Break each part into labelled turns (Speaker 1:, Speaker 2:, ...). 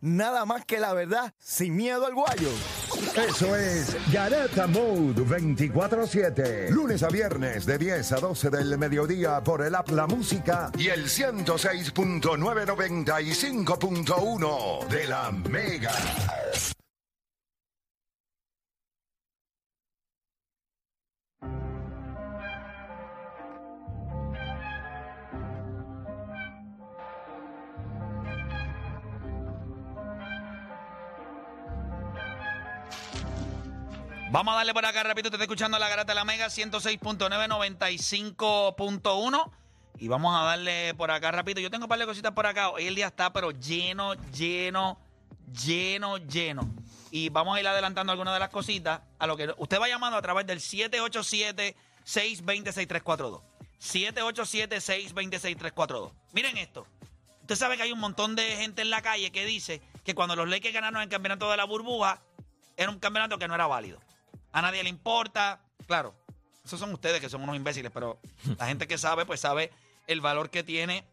Speaker 1: Nada más que la verdad, sin miedo al guayo.
Speaker 2: Eso es Garata Mode 24-7. Lunes a viernes de 10 a 12 del mediodía por el App La Música y el 106.995.1 de la Mega.
Speaker 3: Vamos a darle por acá, repito, te está escuchando la garata de la Mega 106.995.1 y vamos a darle por acá, repito, yo tengo un par de cositas por acá, hoy el día está pero lleno, lleno, lleno, lleno. Y vamos a ir adelantando algunas de las cositas a lo que usted va llamando a través del 787 620 6342 787 620 6342 Miren esto. Usted sabe que hay un montón de gente en la calle que dice que cuando los Lakers ganaron el campeonato de la burbuja, era un campeonato que no era válido. A nadie le importa. Claro, esos son ustedes que son unos imbéciles, pero la gente que sabe, pues sabe el valor que tiene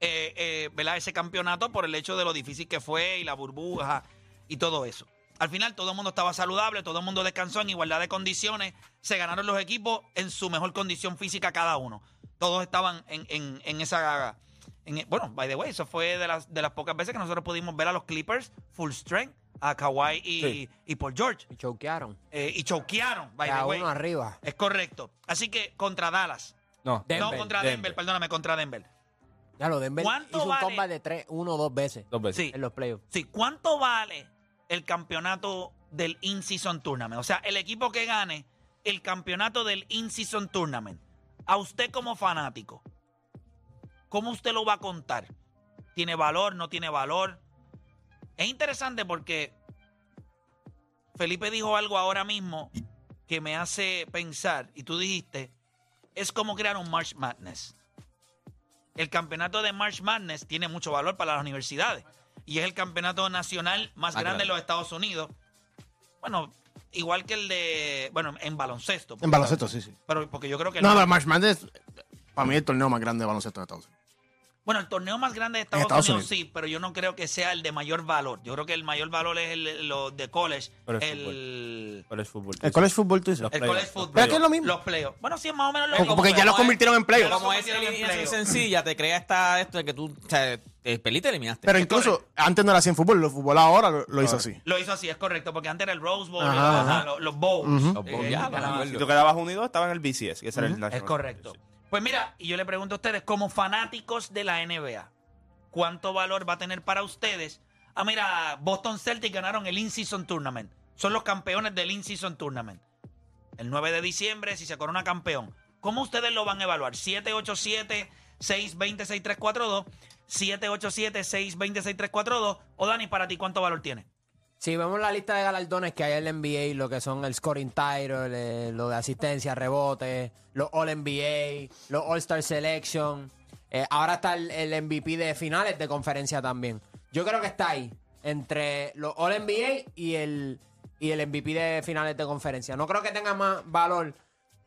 Speaker 3: eh, eh, ¿verdad? ese campeonato por el hecho de lo difícil que fue y la burbuja y todo eso. Al final todo el mundo estaba saludable, todo el mundo descansó en igualdad de condiciones, se ganaron los equipos en su mejor condición física cada uno. Todos estaban en, en, en esa... en- bueno, by the way, eso fue de las, de las pocas veces que nosotros pudimos ver a los Clippers full strength, a Kawhi y,
Speaker 4: Sí.
Speaker 3: y Paul George.
Speaker 4: Y choquearon.
Speaker 3: Eh, y choquearon, by the
Speaker 4: Cada
Speaker 3: way.
Speaker 4: uno arriba.
Speaker 3: Es correcto. Así que contra Dallas.
Speaker 5: No,
Speaker 3: no, contra Denver, perdóname, contra Denver.
Speaker 4: Ya lo Denver
Speaker 3: ¿Cuánto
Speaker 4: hizo un
Speaker 3: vale?
Speaker 4: combat de tres, uno o dos veces
Speaker 5: Dos veces.
Speaker 3: Pues Sí,
Speaker 4: en los playoffs.
Speaker 3: sí. ¿Cuánto vale el campeonato del In-Season Tournament? O sea, el equipo que gane el campeonato del In-Season Tournament. A usted como fanático, ¿cómo usted lo va a contar? ¿Tiene valor? ¿No tiene valor? Es interesante porque Felipe dijo algo ahora mismo que me hace pensar, y tú dijiste, es como crear un March Madness. El campeonato de March Madness tiene mucho valor para las universidades y es el campeonato nacional más
Speaker 5: Ah,
Speaker 3: grande de
Speaker 5: claro.
Speaker 3: los Estados Unidos. Bueno, igual que el de, bueno, en baloncesto.
Speaker 6: En baloncesto, sí, sí.
Speaker 3: Pero porque yo creo que
Speaker 6: No,
Speaker 3: no.
Speaker 6: pero March Madness, para mí es el torneo más grande de baloncesto de Estados Unidos.
Speaker 3: Bueno, el torneo más grande de Estados,
Speaker 6: Estados
Speaker 3: Unidos,
Speaker 6: Unidos.
Speaker 3: sí, pero yo no creo que sea el de mayor valor. Yo creo que el mayor valor es el, lo de college,
Speaker 5: Pero
Speaker 3: el,
Speaker 5: es
Speaker 3: el,
Speaker 5: ¿Cuál es fútbol?
Speaker 6: El college fútbol, tú dices.
Speaker 5: Los-
Speaker 3: college
Speaker 5: playoffs.
Speaker 3: football.
Speaker 6: Pero es que es lo mismo.
Speaker 3: Los playoffs. Bueno, sí, es más o menos lo
Speaker 6: Porque-
Speaker 3: mismo.
Speaker 6: porque ya
Speaker 3: pero
Speaker 6: los
Speaker 3: es-
Speaker 6: convirtieron en playoffs.
Speaker 3: ya los
Speaker 5: Como es
Speaker 3: convirtieron en
Speaker 5: eliminación
Speaker 3: playoffs.
Speaker 5: sencilla, te crea esta, esto de que tú o sea, te, peli te eliminaste.
Speaker 6: Pero incluso antes no era así en fútbol, el fútbol ahora lo, lo hizo así.
Speaker 3: Lo hizo así, es correcto, porque antes era el Rose Bowl,
Speaker 6: Ajá,
Speaker 3: era-
Speaker 6: ajá.
Speaker 3: los, los Bowls.
Speaker 5: Los
Speaker 3: Eh,
Speaker 5: Bowls, ya,
Speaker 3: ganaba-
Speaker 5: me
Speaker 7: Si
Speaker 5: acuerdo.
Speaker 7: tú quedabas unido, estaba en el BCS, que ese era el National.
Speaker 3: Es correcto.
Speaker 7: Sí.
Speaker 3: Pues mira, y yo le pregunto a ustedes, como fanáticos de la NBA, ¿cuánto valor va a tener para ustedes? Ah, mira, Boston Celtics ganaron el In-Season Tournament. Son los campeones del In-Season Tournament. El 9 de diciembre, si se corona campeón. ¿Cómo ustedes lo van a evaluar? 787-620-6342. 787-620-6342. O Dani, para ti, ¿cuánto valor tiene?
Speaker 4: Si vemos la lista de galardones que hay en la NBA, lo que son el scoring title, eh, lo de asistencia, rebote, los All-NBA, los All-Star Selection. eh, ahora está el, el MVP de finales de conferencia también. Yo creo que está ahí, entre los All-NBA y el, y el MVP de finales de conferencia. No creo que tenga más valor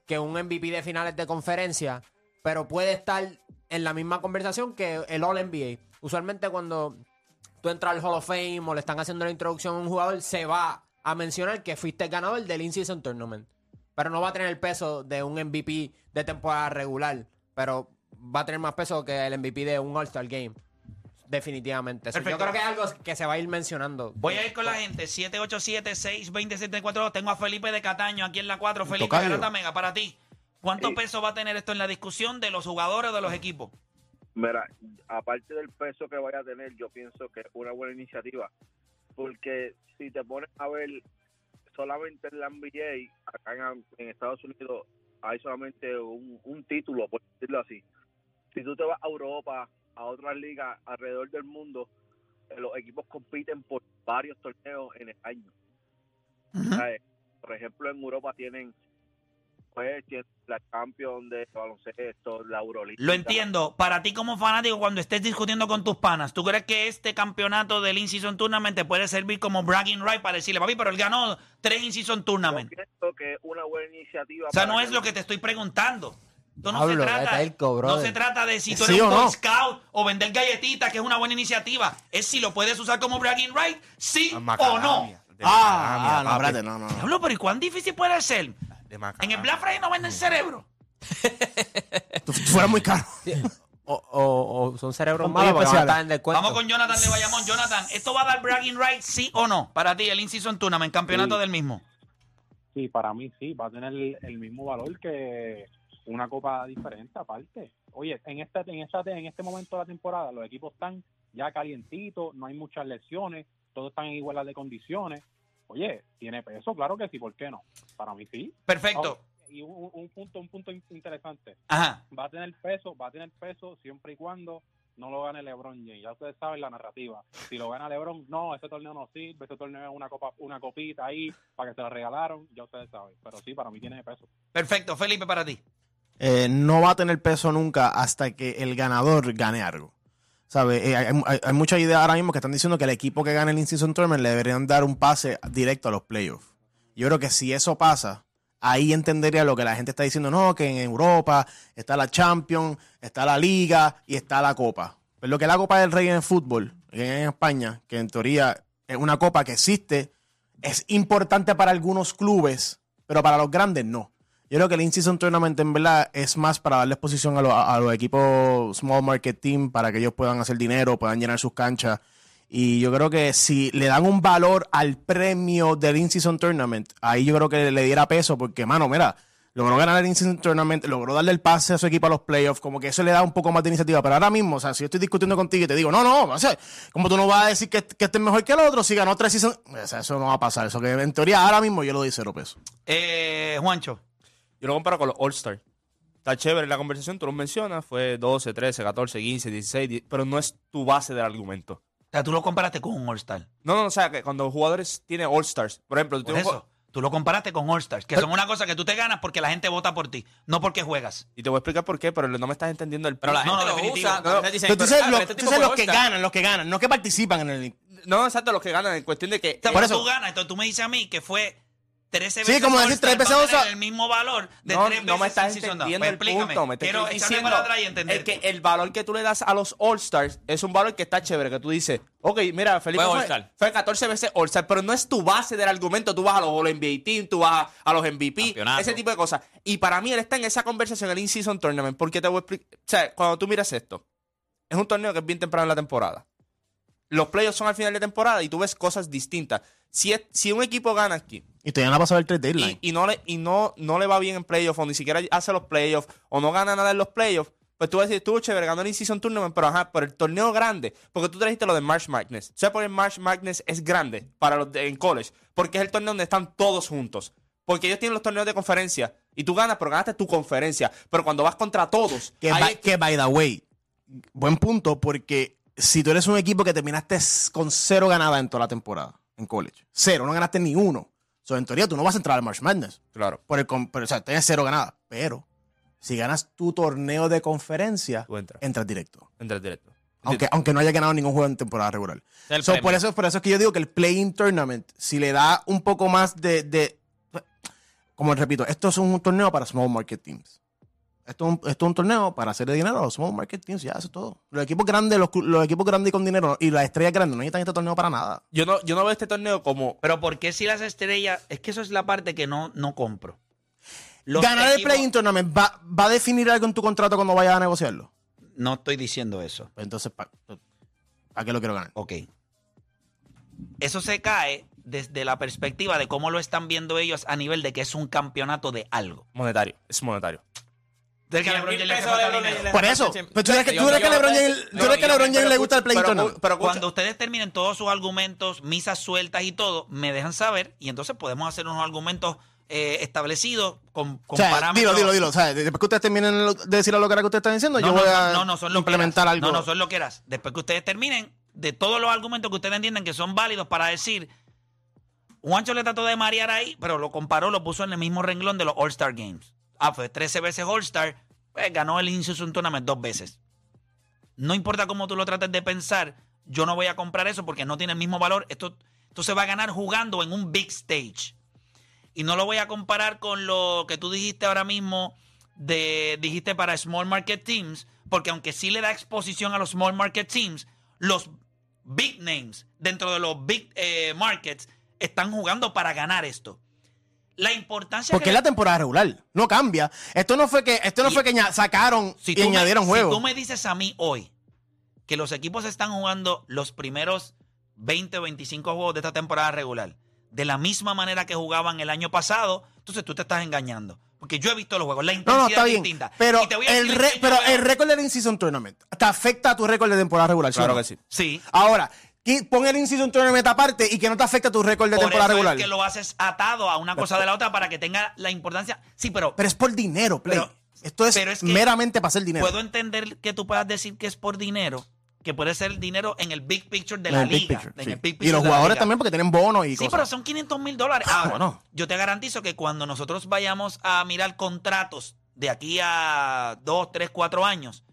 Speaker 4: que un MVP de finales de conferencia, pero puede estar en la misma conversación que el All-NBA. Usualmente cuando tú entras al Hall of Fame o le están haciendo la introducción a un jugador, se va a mencionar que fuiste el ganador del In-Season Tournament. Pero no va a tener el peso de un MVP de temporada regular. Pero va a tener más peso que el MVP de un All-Star Game. Definitivamente. So,
Speaker 3: Perfecto.
Speaker 4: yo creo que es algo que se va a ir mencionando.
Speaker 3: Voy a ir con la gente. 787-620-742. Tengo a Felipe de Cataño aquí en la 4. Felipe
Speaker 6: Tocayo.
Speaker 3: Garata Mega, para ti. ¿Cuánto peso va a tener esto en la discusión de los jugadores o de los equipos?
Speaker 8: Mira, aparte del peso que vaya a tener, yo pienso que es una buena iniciativa, porque si te pones a ver solamente en la NBA, acá en, en Estados Unidos hay solamente un, un título, por decirlo así. Si tú te vas a Europa, a otras ligas alrededor del mundo, eh, los equipos compiten por varios torneos en el año. ¿sabes? Por ejemplo, en Europa tienen pues tienen la Champions de baloncesto, la Euroliga.
Speaker 3: Lo entiendo. Para ti como fanático, cuando estés discutiendo con tus panas, ¿tú crees que este campeonato del In-Season Tournament te puede servir como bragging right para decirle, papi, pero él ganó tres In-Season
Speaker 8: Yo
Speaker 3: Tournament?
Speaker 8: pienso que es una buena iniciativa.
Speaker 3: O sea,
Speaker 8: para
Speaker 3: no es lo que te estoy preguntando. Esto no, se
Speaker 4: Diablo,
Speaker 3: trata,
Speaker 4: está el cobrón.
Speaker 3: no se trata de si tú
Speaker 6: Sí
Speaker 3: eres un
Speaker 6: o no.
Speaker 3: Boy Scout o vender galletitas, que es una buena iniciativa. Es si lo puedes usar como bragging right, sí
Speaker 7: De
Speaker 3: o no.
Speaker 7: macadamia, de
Speaker 6: Ah, ah, no,
Speaker 7: macadamia,
Speaker 6: espérate, no, no. no.
Speaker 3: Diablo, pero ¿y cuán difícil puede ser?
Speaker 7: papi, de macadamia.
Speaker 3: En el Black Friday no venden cerebro.
Speaker 6: Tú, tú fueras muy caro.
Speaker 4: O, o- o son cerebros
Speaker 6: Son muy
Speaker 4: malos porque van a
Speaker 6: especiales.
Speaker 4: estar en descuento.
Speaker 3: Vamos con Jonathan de Bayamón. Jonathan, ¿esto va a dar bragging right, sí o no? Para ti, el in-season tournament, campeonato
Speaker 9: Sí.
Speaker 3: del mismo.
Speaker 9: Sí, para mí sí, va a tener el, el mismo valor que una copa diferente aparte. Oye, en esta, en esta, en este momento de la temporada los equipos están ya calientitos, no hay muchas lesiones, todos están en igualdad de condiciones. Oye, tiene peso, claro que sí, ¿por qué no? Para mí sí.
Speaker 3: Perfecto.
Speaker 9: Y un, un punto, un punto in- interesante.
Speaker 3: Ajá.
Speaker 9: Va a tener peso, va a tener peso siempre y cuando no lo gane LeBron James. Ya ustedes saben la narrativa. Si lo gana LeBron, no, ese torneo no sirve, ese torneo es una copa, una copita ahí para que se la regalaron. Ya ustedes saben. Pero sí, para mí tiene peso.
Speaker 3: Perfecto, Felipe, para ti.
Speaker 6: Eh, no va a tener peso nunca hasta que el ganador gane algo. ¿Sabe? Eh, hay, hay- hay muchas ideas ahora mismo que están diciendo que el equipo que gane el In-Season Tournament le deberían dar un pase directo a los playoffs. Yo creo que si eso pasa, ahí entendería lo que la gente está diciendo. No, que en Europa está la Champions, está la Liga y está la Copa. Pero lo que es la Copa del Rey en el fútbol, en España, que en teoría es una copa que existe, es importante para algunos clubes, pero para los grandes no. Yo creo que el In-Season Tournament en verdad es más para darle exposición a, los- a los equipos Small Market Team para que ellos puedan hacer dinero, puedan llenar sus canchas. Y yo creo que si le dan un valor al premio del In-Season Tournament, ahí yo creo que le diera peso porque, mano, mira, logró ganar el In-Season Tournament, logró darle el pase a su equipo a los playoffs, como que eso le da un poco más de iniciativa. Pero ahora mismo, o sea, si yo estoy discutiendo contigo y te digo, no, no, o sea, como tú no vas a decir que, que este es mejor que el otro, si ganó tres seasons, o sea, eso no va a pasar. Eso que en teoría ahora mismo yo lo doy cero pesos.
Speaker 3: Eh, Juancho.
Speaker 7: Yo lo comparo con los All-Star. Está chévere la conversación, tú lo mencionas, fue 12, 13, 14, 15, 16, 10, pero no es tu base del argumento.
Speaker 3: O sea, tú lo comparaste con un All-Star.
Speaker 7: No, no, no, o sea, que cuando jugadores tienen All-Stars, por ejemplo, tú
Speaker 3: Por
Speaker 7: tienes un
Speaker 3: eso, tú lo comparaste con All-Stars, que son una cosa que tú te ganas porque la gente vota por ti, no porque juegas.
Speaker 7: Y te voy a explicar por qué, pero no me estás entendiendo el
Speaker 5: Pero la
Speaker 7: no,
Speaker 5: gente
Speaker 3: no,
Speaker 5: lo
Speaker 3: definitivo.
Speaker 5: usa.
Speaker 7: No,
Speaker 5: entonces dicen,
Speaker 6: Pero tú
Speaker 5: pero,
Speaker 6: sabes
Speaker 5: ah,
Speaker 6: lo-
Speaker 5: pero este
Speaker 6: tú
Speaker 5: tipo
Speaker 6: sabes los
Speaker 5: fue
Speaker 6: que
Speaker 5: All-Star.
Speaker 6: ganan, los que ganan, no que participan en el.
Speaker 7: no, exacto, los que ganan, en cuestión de que.
Speaker 3: O
Speaker 6: Por
Speaker 3: sea, pero
Speaker 6: eso-
Speaker 3: tú ganas, entonces tú me dices a mí que fue 13
Speaker 6: Sí,
Speaker 3: veces
Speaker 6: como decir,
Speaker 3: All-Star,
Speaker 6: tres veces
Speaker 3: va a tener
Speaker 6: All-Star.
Speaker 3: el mismo valor de
Speaker 7: no,
Speaker 3: tres veces
Speaker 7: no me
Speaker 3: en
Speaker 7: estás
Speaker 3: season down.
Speaker 7: entendiendo
Speaker 3: Pues
Speaker 7: el
Speaker 3: explícame,
Speaker 7: punto. Me te
Speaker 3: quiero
Speaker 7: estoy
Speaker 3: echarme
Speaker 7: diciendo
Speaker 3: para atrás y
Speaker 7: el,
Speaker 3: entenderte.
Speaker 7: que eh, el valor que tú le das a los All-Stars es un valor que está chévere, que tú dices, ok, mira, Felipe
Speaker 5: Fue
Speaker 7: fue,
Speaker 5: All-Star.
Speaker 7: fue 14 veces All-Star, pero no es tu base del argumento. Tú vas a los All-NBA Team, tú vas a, a los MVP,
Speaker 5: Campeonato.
Speaker 7: ese tipo de cosas. Y para mí él está en esa conversación, el In-Season Tournament, porque te voy a explicar. O sea, cuando tú miras esto, es un torneo que es bien temprano en la temporada. Los playoffs son al final de temporada y tú ves cosas distintas. Si, es- si un equipo gana aquí,
Speaker 6: Y todavía no ha pasado el 3 deadline.
Speaker 7: y, y no le, y no, no le va bien en playoffs, o ni siquiera hace los playoffs, o no gana nada en los playoffs, pues tú vas a decir, estuvo chévere, ganó el In-Season Tournament, pero ajá, por el torneo grande, porque tú trajiste lo de March Madness. ¿Sabes por qué March Madness es grande para los de- en college? Porque es el torneo donde están todos juntos. Porque ellos tienen los torneos de conferencia, y tú ganas, pero ganaste tu conferencia. Pero cuando vas contra todos,
Speaker 6: Que,
Speaker 7: ahí
Speaker 6: by-
Speaker 7: es que-
Speaker 6: que, by the way, buen punto, porque si tú eres un equipo que terminaste s- con cero ganada en toda la temporada en college, cero, no ganaste ni uno. So, en teoría, tú no vas a entrar al March Madness.
Speaker 7: Claro.
Speaker 6: Por el, con- pero, o sea, tienes cero ganada. Pero si ganas tu torneo de conferencia,
Speaker 7: Tú entras,
Speaker 6: entras directo.
Speaker 7: entras directo.
Speaker 6: Aunque, aunque no haya ganado ningún juego en temporada regular.
Speaker 5: El
Speaker 6: So,
Speaker 5: premio.
Speaker 6: por, eso, por eso es que yo digo que el Playing Tournament, si le da un poco más de, de- Como repito, esto es un torneo para Small Market Teams. Esto es un, esto es un torneo para hacerle dinero a los Small Market Teams, ya, eso es todo. Los equipos grandes, los, clu- los equipos grandes y con dinero y las estrellas grandes no necesitan este torneo para nada.
Speaker 7: Yo no, yo no veo este torneo como
Speaker 3: Pero ¿por qué si las estrellas? Es que eso es la parte que no, no compro. Los
Speaker 6: Ganar el
Speaker 3: equipos-
Speaker 6: Playing Tournament va, va a definir algo en tu contrato cuando vayas a negociarlo.
Speaker 3: No estoy diciendo eso.
Speaker 6: Pues entonces, ¿para qué lo quiero ganar?
Speaker 3: Ok. Eso se cae desde la perspectiva de cómo lo están viendo ellos a nivel de que es un campeonato de algo.
Speaker 7: monetario, es monetario.
Speaker 3: Del que a
Speaker 5: 100
Speaker 3: LeBron James
Speaker 5: mil
Speaker 3: le hace
Speaker 5: pesos
Speaker 3: falta
Speaker 5: LeBron
Speaker 3: dinero.
Speaker 5: James.
Speaker 6: Por eso, pero tú crees que, tú crees que LeBron James, tú crees que LeBron James le gusta el Playing
Speaker 7: Pero-
Speaker 6: Tournament.
Speaker 7: pero escucha-
Speaker 3: Cuando ustedes terminen todos sus argumentos, misas sueltas y todo, me dejan saber y entonces podemos hacer unos argumentos eh, establecidos con, con
Speaker 6: O sea,
Speaker 3: parámetros.
Speaker 6: Dilo, dilo, dilo. O sea, después que ustedes terminen lo- de decir lo que era que ustedes están diciendo,
Speaker 3: No,
Speaker 6: yo
Speaker 3: no,
Speaker 6: voy
Speaker 3: no,
Speaker 6: a
Speaker 3: no, no, son
Speaker 6: implementar
Speaker 3: loqueras.
Speaker 6: algo.
Speaker 3: No, no, son lo que eras. Después que ustedes terminen, de todos los argumentos que ustedes entienden que son válidos para decir, Juancho le trató de marear ahí, pero lo comparó, lo puso en el mismo renglón de los All-Star Games. Ah, fue 13 veces All-Star, pues, ganó el Insurgent Tournament dos veces. No importa cómo tú lo trates de pensar, yo no voy a comprar eso porque no tiene el mismo valor. Esto, esto se va a ganar jugando en un big stage. Y no lo voy a comparar con lo que tú dijiste ahora mismo de, dijiste, para small market teams, porque aunque sí le da exposición a los small market teams, los big names dentro de los big eh, markets están jugando para ganar esto. La importancia
Speaker 6: Porque
Speaker 3: que
Speaker 6: es
Speaker 3: le-
Speaker 6: la temporada regular, no cambia. Esto no fue que esto no
Speaker 3: Y-
Speaker 6: fue que aña- sacaron
Speaker 3: si
Speaker 6: y
Speaker 3: tú me-
Speaker 6: añadieron
Speaker 3: si
Speaker 6: juegos.
Speaker 3: tú me dices a mí hoy que los equipos están jugando los primeros 20 o 25 juegos de esta temporada regular de la misma manera que jugaban el año pasado, entonces tú te estás engañando. Porque yo he visto los juegos, la
Speaker 6: No,
Speaker 3: intensidad
Speaker 6: no, está
Speaker 3: es
Speaker 6: bien.
Speaker 3: distinta.
Speaker 6: Pero
Speaker 3: Y te voy a
Speaker 6: el,
Speaker 3: decir
Speaker 6: re-
Speaker 3: que yo
Speaker 6: pero
Speaker 3: veo-
Speaker 6: el récord del In-Season Tournament te afecta a tu récord de temporada regular. ¿sí o
Speaker 7: Claro
Speaker 6: no?
Speaker 7: que sí.
Speaker 3: Sí.
Speaker 6: Ahora, qui- pon el In-Season Tournament aparte y que no te afecta tu récord de
Speaker 3: Por
Speaker 6: temporada
Speaker 3: eso es
Speaker 6: regular.
Speaker 3: que lo haces atado a una cosa de la otra para que tenga la importancia. Sí, pero,
Speaker 6: Pero es por dinero, Play.
Speaker 3: Pero-
Speaker 6: Esto es,
Speaker 3: pero es que-
Speaker 6: meramente para hacer dinero.
Speaker 3: puedo entender que tú puedas decir que es por dinero, que puede ser dinero en el big picture de
Speaker 6: En
Speaker 3: la
Speaker 6: el big
Speaker 3: liga.
Speaker 6: picture,
Speaker 3: en
Speaker 6: sí.
Speaker 3: el big
Speaker 6: y
Speaker 3: picture
Speaker 6: los
Speaker 3: de la
Speaker 6: jugadores
Speaker 3: liga.
Speaker 6: también porque tienen bonos y
Speaker 3: Sí, pero
Speaker 6: cosas. Ah,
Speaker 3: son 500 mil dólares. Ahora,
Speaker 6: bueno.
Speaker 3: yo te garantizo que cuando nosotros vayamos a mirar contratos de aquí a 2, 3, 4 años,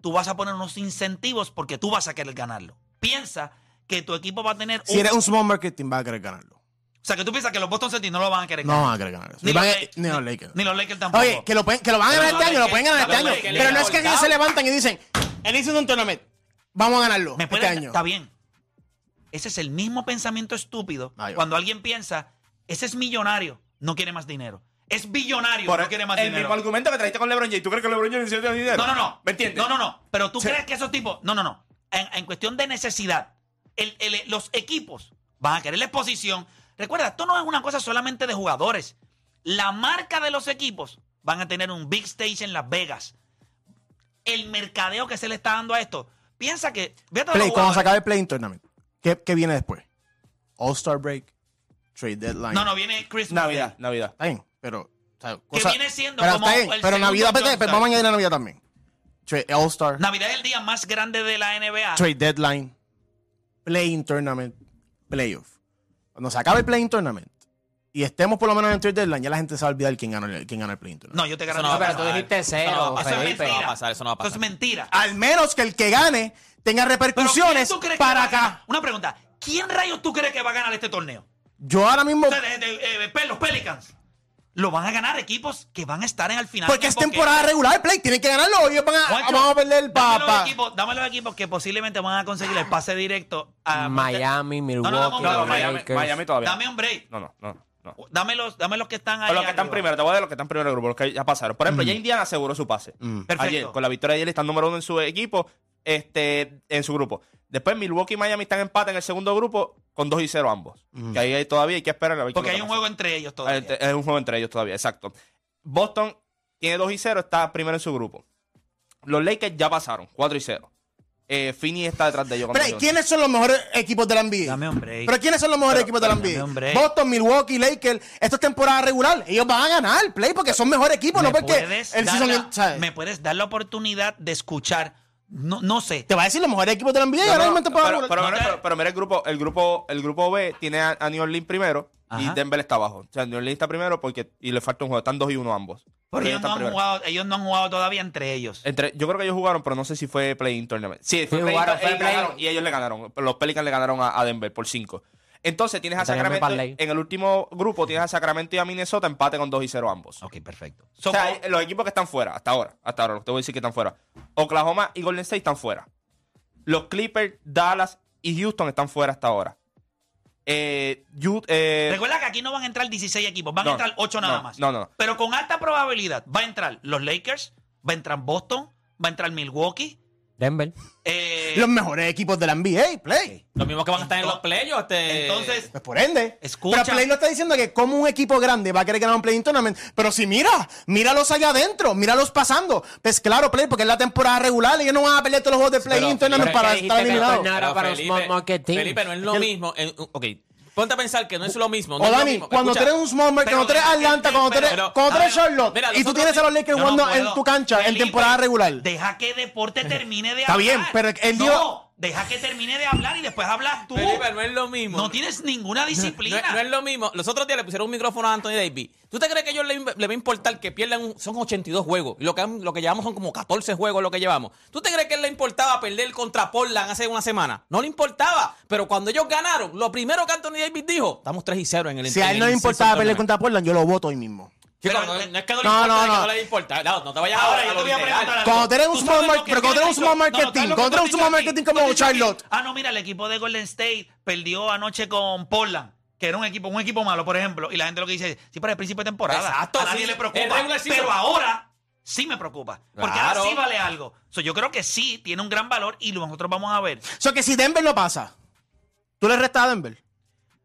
Speaker 3: tú vas a poner unos incentivos porque tú vas a querer ganarlo. Piensa que tu equipo va a tener...
Speaker 6: si eres un small market team, vas a querer ganarlo.
Speaker 3: O sea, que tú piensas que los Boston Celtics no lo van a querer
Speaker 6: No
Speaker 3: ganar.
Speaker 6: van a querer ganar eso.
Speaker 3: Ni
Speaker 6: Van
Speaker 3: los
Speaker 6: a-
Speaker 3: Lakers-
Speaker 6: ni los Lakers.
Speaker 3: Ni los Lakers tampoco.
Speaker 6: Oye, que lo, pueden- que lo van a
Speaker 3: Pero
Speaker 6: ganar
Speaker 3: no
Speaker 6: este
Speaker 3: le
Speaker 6: año, lo
Speaker 3: que-
Speaker 6: pueden ganar este
Speaker 3: no
Speaker 6: año.
Speaker 3: le que le
Speaker 6: Pero no es que
Speaker 3: volcado.
Speaker 6: ellos se levantan y dicen, el Instituto Tournament, vamos a ganarlo
Speaker 3: ¿Me
Speaker 6: este
Speaker 3: pueden-
Speaker 6: año.
Speaker 3: Está bien. Ese es el mismo pensamiento estúpido
Speaker 6: Ay,
Speaker 3: cuando alguien piensa, ese es millonario, no quiere más dinero. Es billonario,
Speaker 7: Por
Speaker 3: no quiere más
Speaker 7: el
Speaker 3: dinero.
Speaker 7: mismo argumento que trajiste con LeBron James. ¿Tú crees que LeBron James no tiene dinero?
Speaker 3: No, no, no.
Speaker 7: ¿Me entiendes?
Speaker 3: No, no, no. Pero tú
Speaker 7: Sí.
Speaker 3: crees que esos tipos. No, no, no. En, en cuestión de necesidad, el- el- los equipos van a querer la exposición. Recuerda, esto no es una cosa solamente de jugadores. La marca de los equipos van a tener un big stage en Las Vegas. El mercadeo que se le está dando a esto. Piensa que. Fíjate de los
Speaker 6: Play, cuando se
Speaker 3: jugadores.
Speaker 6: acabe el Play Tournament, ¿qué, qué viene después? All-Star Break, Trade Deadline.
Speaker 3: No, no, viene Christmas.
Speaker 7: Navidad, Navidad.
Speaker 6: Está bien, pero... o sea,
Speaker 3: Que
Speaker 6: cosa-
Speaker 3: viene siendo
Speaker 6: pero
Speaker 3: como
Speaker 6: está bien,
Speaker 3: el
Speaker 6: pero
Speaker 3: segundo
Speaker 6: Navidad, espérate,
Speaker 3: All-Star.
Speaker 6: pero vamos a añadir la Navidad también. Tra- All-Star,
Speaker 3: Navidad es el día más grande de la NBA.
Speaker 6: Trade Deadline, Play Tournament, Playoff. Cuando se acabe el Play Tournament y estemos por lo menos en el Trade Deadline, ya la gente se va a olvidar quién ganó el, quién ganó el Play Tournament.
Speaker 3: No, yo te
Speaker 5: Eso
Speaker 3: garantizo.
Speaker 5: no va a
Speaker 4: pero tú
Speaker 5: pasar.
Speaker 4: dijiste
Speaker 5: Eso
Speaker 4: cero,
Speaker 5: no va a pasar,
Speaker 4: Felipe.
Speaker 5: Eso no va a pasar, eso no va
Speaker 3: Eso
Speaker 5: a
Speaker 3: es
Speaker 5: pasar.
Speaker 3: mentira.
Speaker 6: Al menos que el que gane tenga
Speaker 3: Pero ¿quién
Speaker 6: repercusiones
Speaker 3: tú crees que
Speaker 6: para
Speaker 3: va a ganar?
Speaker 6: acá.
Speaker 3: Una pregunta. ¿Quién rayos tú crees que va a ganar este torneo?
Speaker 6: Yo ahora mismo,
Speaker 3: Ustedes, eh, eh, pe- los Pelicans. Lo van a ganar equipos que van a estar en el final.
Speaker 6: porque
Speaker 3: del
Speaker 6: es
Speaker 3: boquete.
Speaker 6: temporada regular, Play, tienen que ganarlo. Ellos van a,
Speaker 3: Juancho,
Speaker 6: vamos a perder el
Speaker 3: dame los
Speaker 6: papa.
Speaker 3: equipos- Dame los equipos que posiblemente van a conseguir el pase directo a
Speaker 4: Miami, Milwaukee,
Speaker 3: no, no,
Speaker 7: No,
Speaker 3: no,
Speaker 4: los
Speaker 7: Miami,
Speaker 4: Lakers.
Speaker 7: Miami todavía.
Speaker 3: Dame un break.
Speaker 7: No, no, no. no.
Speaker 3: Dame los, dame los que están ahí.
Speaker 7: Pero los que están
Speaker 3: arriba.
Speaker 7: primero, te voy a dar los que están primero del grupo, los que ya pasaron. Por ejemplo, ya Indiana aseguró su pase.
Speaker 3: Perfecto.
Speaker 7: Mm. Ayer, con la victoria de ayer, están número uno en su equipo, este, en su grupo. Después Milwaukee y Miami están en empate en el segundo grupo con 2 y 0 ambos. Que ahí hay- todavía Mm. hay que esperar a ver qué
Speaker 3: Porque
Speaker 7: es
Speaker 3: hay
Speaker 7: lo
Speaker 3: un
Speaker 7: que
Speaker 3: juego entre ellos
Speaker 7: pasa.
Speaker 3: todavía.
Speaker 7: Este, Es un juego entre ellos todavía, exacto. Boston tiene 2 y 0, está primero en su grupo. Los Lakers ya pasaron, 4 y 0. Eh, Phoenix está detrás de ellos. con
Speaker 6: Pero,
Speaker 7: 2 y 11.
Speaker 6: ¿quiénes son los mejores equipos de la NBA?
Speaker 3: Dame un break.
Speaker 6: Pero ¿quiénes son los mejores
Speaker 3: Pero-
Speaker 6: equipos de la
Speaker 3: pero dame un
Speaker 6: NBA?
Speaker 3: break.
Speaker 6: Boston, Milwaukee, Lakers. Esto es temporada regular. Ellos van a ganar, Play, porque son mejores equipos, no
Speaker 3: ¿Me
Speaker 6: porque
Speaker 3: puedes
Speaker 6: el
Speaker 3: dar
Speaker 6: season
Speaker 3: la-
Speaker 6: end, ¿sabes?
Speaker 3: me puedes dar la oportunidad de escuchar. No, no sé.
Speaker 6: Te va a decir los mejores equipos de la NBA y
Speaker 7: No,
Speaker 6: ahora
Speaker 7: no,
Speaker 6: mismo en
Speaker 7: pero,
Speaker 6: temporada
Speaker 7: pero-
Speaker 6: regular.
Speaker 7: pero- pero- pero mira el grupo, el grupo, el grupo B tiene a, a New Orleans primero
Speaker 3: Ajá.
Speaker 7: y Denver está abajo. O sea, New Orleans está primero porque y le falta un juego. Están 2 y 1 ambos.
Speaker 3: Porque ellos
Speaker 7: Ellos
Speaker 3: no,
Speaker 7: están
Speaker 3: han
Speaker 7: primero. Eh,
Speaker 3: jugado, ellos no han jugado todavía entre ellos.
Speaker 7: Entre- yo creo que ellos jugaron, pero no sé si fue play-in tournament. Sí, fue
Speaker 4: Sí,
Speaker 7: play-in
Speaker 4: jugaron,
Speaker 7: tour-
Speaker 4: fue
Speaker 7: ellos
Speaker 4: play-in.
Speaker 7: ganaron, y ellos le ganaron. Los Pelicans le ganaron a, a Denver por 5. Entonces tienes a
Speaker 4: Tenía mi
Speaker 7: Sacramento.
Speaker 4: parlay.
Speaker 7: En el último grupo tienes a Sacramento y a Minnesota, empate con 2 y 0 ambos.
Speaker 3: Ok, perfecto.
Speaker 7: O sea, hay- los equipos que están fuera, hasta ahora, hasta ahora, te voy a decir que están fuera. Oklahoma y Golden State están fuera. Los Clippers, Dallas y Houston están fuera hasta ahora. Eh, Ut- eh,
Speaker 3: Recuerda que aquí no van a entrar 16 equipos, van
Speaker 7: No,
Speaker 3: a entrar 8
Speaker 7: no,
Speaker 3: nada más.
Speaker 7: no, no, no.
Speaker 3: Pero con alta probabilidad va a entrar los Lakers, va a entrar Boston, va a entrar Milwaukee.
Speaker 4: Denver.
Speaker 3: eh,
Speaker 6: Los mejores equipos de la NBA, Play.
Speaker 5: Los mismos que van a estar en los playoffs. este-
Speaker 3: entonces,
Speaker 6: Pues por ende.
Speaker 3: Escucha.
Speaker 6: Pero Play lo está diciendo que como un equipo grande va a querer ganar un play tournament. Pero si mira, míralos allá adentro, míralos pasando. Pues claro, Play, porque es la temporada regular. Ellos no van a pelear todos los juegos de play
Speaker 5: pero-
Speaker 6: tournament
Speaker 4: pero
Speaker 6: para
Speaker 4: es que
Speaker 6: estar
Speaker 4: dijiste que no
Speaker 6: eliminados.
Speaker 4: torneo- Nada
Speaker 5: Pero
Speaker 4: para un small market team.
Speaker 5: Felipe, no es lo
Speaker 6: Es que-
Speaker 5: mismo. eh, ok, ponte a pensar que no es lo mismo. No
Speaker 6: O
Speaker 5: es lo
Speaker 6: Dani,
Speaker 5: mismo.
Speaker 6: cuando tú
Speaker 5: Escucha,
Speaker 6: eres un small market,
Speaker 3: pero
Speaker 6: cuando tú eres
Speaker 3: Dani,
Speaker 6: Atlanta, cuando tú eres,
Speaker 5: pero-
Speaker 6: cuando tú eres
Speaker 5: pero-
Speaker 6: Charlotte,
Speaker 5: mira,
Speaker 6: y tú
Speaker 5: nosotros
Speaker 6: tienes a los
Speaker 5: te-
Speaker 6: Lakers
Speaker 3: yo no
Speaker 6: jugando en
Speaker 3: puedo.
Speaker 6: tu cancha en
Speaker 3: Felipe,
Speaker 6: temporada regular.
Speaker 3: Deja que deporte termine de
Speaker 6: Está
Speaker 3: hablar.
Speaker 6: bien, pero él
Speaker 3: no,
Speaker 6: dio-
Speaker 3: deja que termine de hablar y después hablas tú.
Speaker 5: Felipe, no es lo mismo.
Speaker 3: no tienes ninguna
Speaker 5: No,
Speaker 3: disciplina.
Speaker 5: es- no es lo mismo. Los otros días le pusieron un micrófono a Anthony Davis. ¿Tú te crees que a ellos le, le va a importar que pierdan? un- son 82 juegos. Y lo que, han- lo que llevamos son como 14 juegos lo que llevamos. ¿Tú te crees que él le importaba perder contra Portland hace una semana? No le importaba. Pero cuando ellos ganaron, lo primero que Anthony Davis dijo, estamos 3 y 0 en el
Speaker 6: Si a él no le importaba pelear contra Portland, yo lo voto hoy mismo.
Speaker 5: Chico,
Speaker 3: Pero-
Speaker 5: no, no es que no le
Speaker 6: No,
Speaker 5: importa,
Speaker 6: no,
Speaker 5: es que
Speaker 6: no.
Speaker 5: no le importa. No, no te vayas
Speaker 3: Eh, Ahora,
Speaker 5: ahora,
Speaker 3: yo
Speaker 5: a
Speaker 3: te
Speaker 5: lo
Speaker 3: voy a
Speaker 5: literal.
Speaker 3: preguntar algo.
Speaker 6: Cuando tenemos
Speaker 3: Tú
Speaker 6: un
Speaker 3: sabes
Speaker 6: supermar-
Speaker 3: lo que
Speaker 6: pero cuando
Speaker 3: yo
Speaker 6: tenemos un
Speaker 3: pienso.
Speaker 6: supermarketing,
Speaker 3: No, no, ¿sabes lo
Speaker 6: cuando
Speaker 3: que tú
Speaker 6: tenemos un
Speaker 3: has dicho
Speaker 6: supermarketing
Speaker 3: aquí?
Speaker 6: como
Speaker 3: Tú has dicho aquí,
Speaker 6: Charlotte.
Speaker 3: Ah, no, mira, el equipo de Golden State perdió anoche con Portland, que era un equipo, un equipo malo, por ejemplo. Y la gente lo que dice es, sí, pero es principio de temporada.
Speaker 5: Exacto,
Speaker 3: A nadie
Speaker 5: sí,
Speaker 3: le
Speaker 5: es
Speaker 3: preocupa.
Speaker 5: regular season.
Speaker 3: Pero ahora sí me preocupa. Porque
Speaker 5: Claro.
Speaker 3: ahora sí vale algo. So, yo creo que sí tiene un gran valor y lo nosotros vamos a ver.
Speaker 6: O sea, que si Denver no pasa, ¿tú le restas a Denver?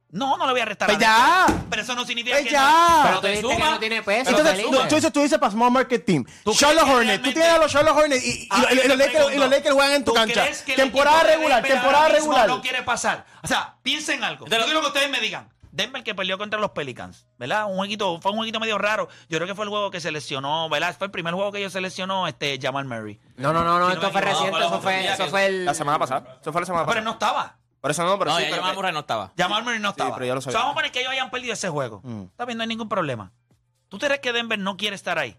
Speaker 3: No, no le voy a restar
Speaker 6: Pues
Speaker 3: nada.
Speaker 6: ya.
Speaker 3: Pero eso no significa
Speaker 6: ¡Es
Speaker 3: que
Speaker 6: ya!
Speaker 5: Pero
Speaker 4: Pero tú
Speaker 5: te
Speaker 4: dijiste que
Speaker 5: suma.
Speaker 4: no tiene peso.
Speaker 6: Entonces,
Speaker 4: Felipe.
Speaker 6: tú, tú dices, tú dices para Small Market Team.
Speaker 3: crees
Speaker 6: Charlotte
Speaker 3: que
Speaker 6: Hornets. Tú
Speaker 3: realmente-
Speaker 6: tienes a los Charlotte Hornets y, y- y-
Speaker 3: Ahora
Speaker 6: y
Speaker 3: yo te
Speaker 6: los Lakers y
Speaker 3: pregunto,
Speaker 6: los Lakers juegan en tu
Speaker 3: ¿tú
Speaker 6: cancha.
Speaker 3: crees que el
Speaker 6: Temporada
Speaker 3: equipo de
Speaker 6: regular,
Speaker 3: Denver ahora
Speaker 6: temporada
Speaker 3: mismo
Speaker 6: regular.
Speaker 3: No quiere pasar. O sea, piensen en algo. Yo quiero que ustedes me digan. Denver que perdió contra los Pelicans, ¿verdad? Un jueguito, fue un jueguito medio raro. Yo creo que fue el juego que se lesionó, ¿verdad? Fue el primer juego que ellos se lesionó, este, Jamal Murray.
Speaker 4: No, no, no, no,
Speaker 3: Si no me
Speaker 4: esto fue
Speaker 3: equivoco,
Speaker 4: reciente,
Speaker 5: para
Speaker 4: eso
Speaker 5: otro
Speaker 4: fue,
Speaker 5: día,
Speaker 4: eso
Speaker 5: que
Speaker 4: fue el...
Speaker 7: La semana pasada. Eso fue la semana
Speaker 3: Pero
Speaker 7: pasada.
Speaker 3: no estaba.
Speaker 7: Por eso no, pero
Speaker 5: No,
Speaker 7: sí.
Speaker 5: ya
Speaker 7: pero
Speaker 5: llamamos
Speaker 7: que-
Speaker 5: Murray no estaba.
Speaker 3: Jamal Murray no estaba.
Speaker 7: pero ya lo
Speaker 3: O sea,
Speaker 7: sabía. Mm.
Speaker 3: vamos a poner que ellos hayan perdido ese juego. Está bien, no hay ningún problema. ¿Tú crees que Denver no quiere estar ahí?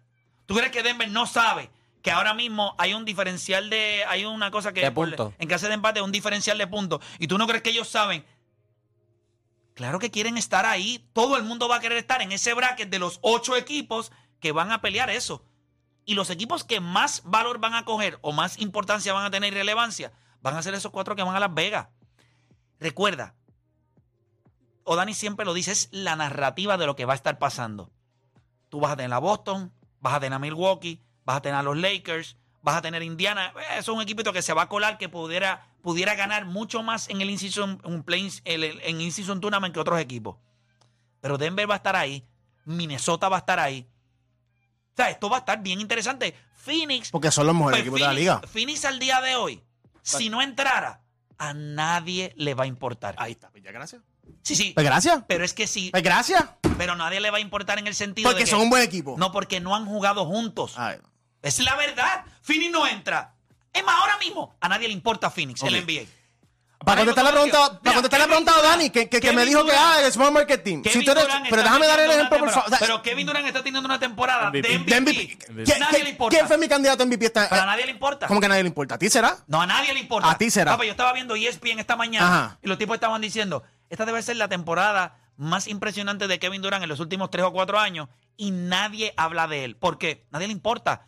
Speaker 3: ¿Tú crees que Denver no sabe que ahora mismo hay un diferencial de. Hay una cosa que.
Speaker 4: De punto.
Speaker 3: en caso de empate, un diferencial de puntos. ¿Y tú no crees que ellos saben? Claro que quieren estar ahí. Todo el mundo va a querer estar en ese bracket de los ocho equipos que van a pelear eso. Y los equipos que más valor van a coger o más importancia van a tener y relevancia van a ser esos cuatro que van a Las Vegas. Recuerda, o Dani siempre lo dice, es la narrativa de lo que va a estar pasando. Tú vas a tener a Boston, vas a tener a Milwaukee, vas a tener a los Lakers, vas a tener a Indiana. Eh, Eso es un equipito que se va a colar, que pudiera, pudiera ganar mucho más en el in-season, en un play- el- el- en in-season tournament que otros equipos. Pero Denver va a estar ahí, Minnesota va a estar ahí. O sea, esto va a estar bien interesante. Phoenix
Speaker 6: Porque son los mejores
Speaker 3: pues
Speaker 6: equipos de la
Speaker 3: Phoenix-
Speaker 6: liga.
Speaker 3: Phoenix al día de hoy, si no entrara, a nadie le va a importar.
Speaker 6: Ahí está, pues ya gracias.
Speaker 3: Sí, sí.
Speaker 6: Pues gracias.
Speaker 3: Pero es que sí,
Speaker 6: Pues gracias.
Speaker 3: pero nadie le va a importar en el sentido de
Speaker 6: Porque
Speaker 3: que-
Speaker 6: son un buen equipo. Ah.
Speaker 3: No, porque no han jugado juntos.
Speaker 6: Ay,
Speaker 3: Es la verdad. Phoenix no entra. Es más, ahora mismo a nadie le importa Phoenix, el NBA.
Speaker 6: Para contestar la pregunta, para contestar la pregunta a Dani, que, que, que me dijo que ah, el Small Market Team. Si tú eres- pero déjame dar el ejemplo, por favor. O sea,
Speaker 3: Pero Kevin Durant está teniendo una temporada de MVP.
Speaker 6: Denver- ¿Quién-
Speaker 3: Nadie
Speaker 6: quién-
Speaker 3: le importa.
Speaker 6: ¿Quién fue mi candidato a MVP esta?
Speaker 3: Pero a nadie le importa.
Speaker 6: ¿Cómo que a nadie le importa? ¿A ti será?
Speaker 3: No, a nadie le importa.
Speaker 6: A ti será.
Speaker 3: Papá, yo estaba viendo E ESPN esta mañana
Speaker 6: Ajá.
Speaker 3: y los tipos estaban diciendo, esta debe ser la temporada más impresionante de Kevin Durant en los últimos tres o cuatro años y nadie habla de él. ¿Por qué? Nadie le importa.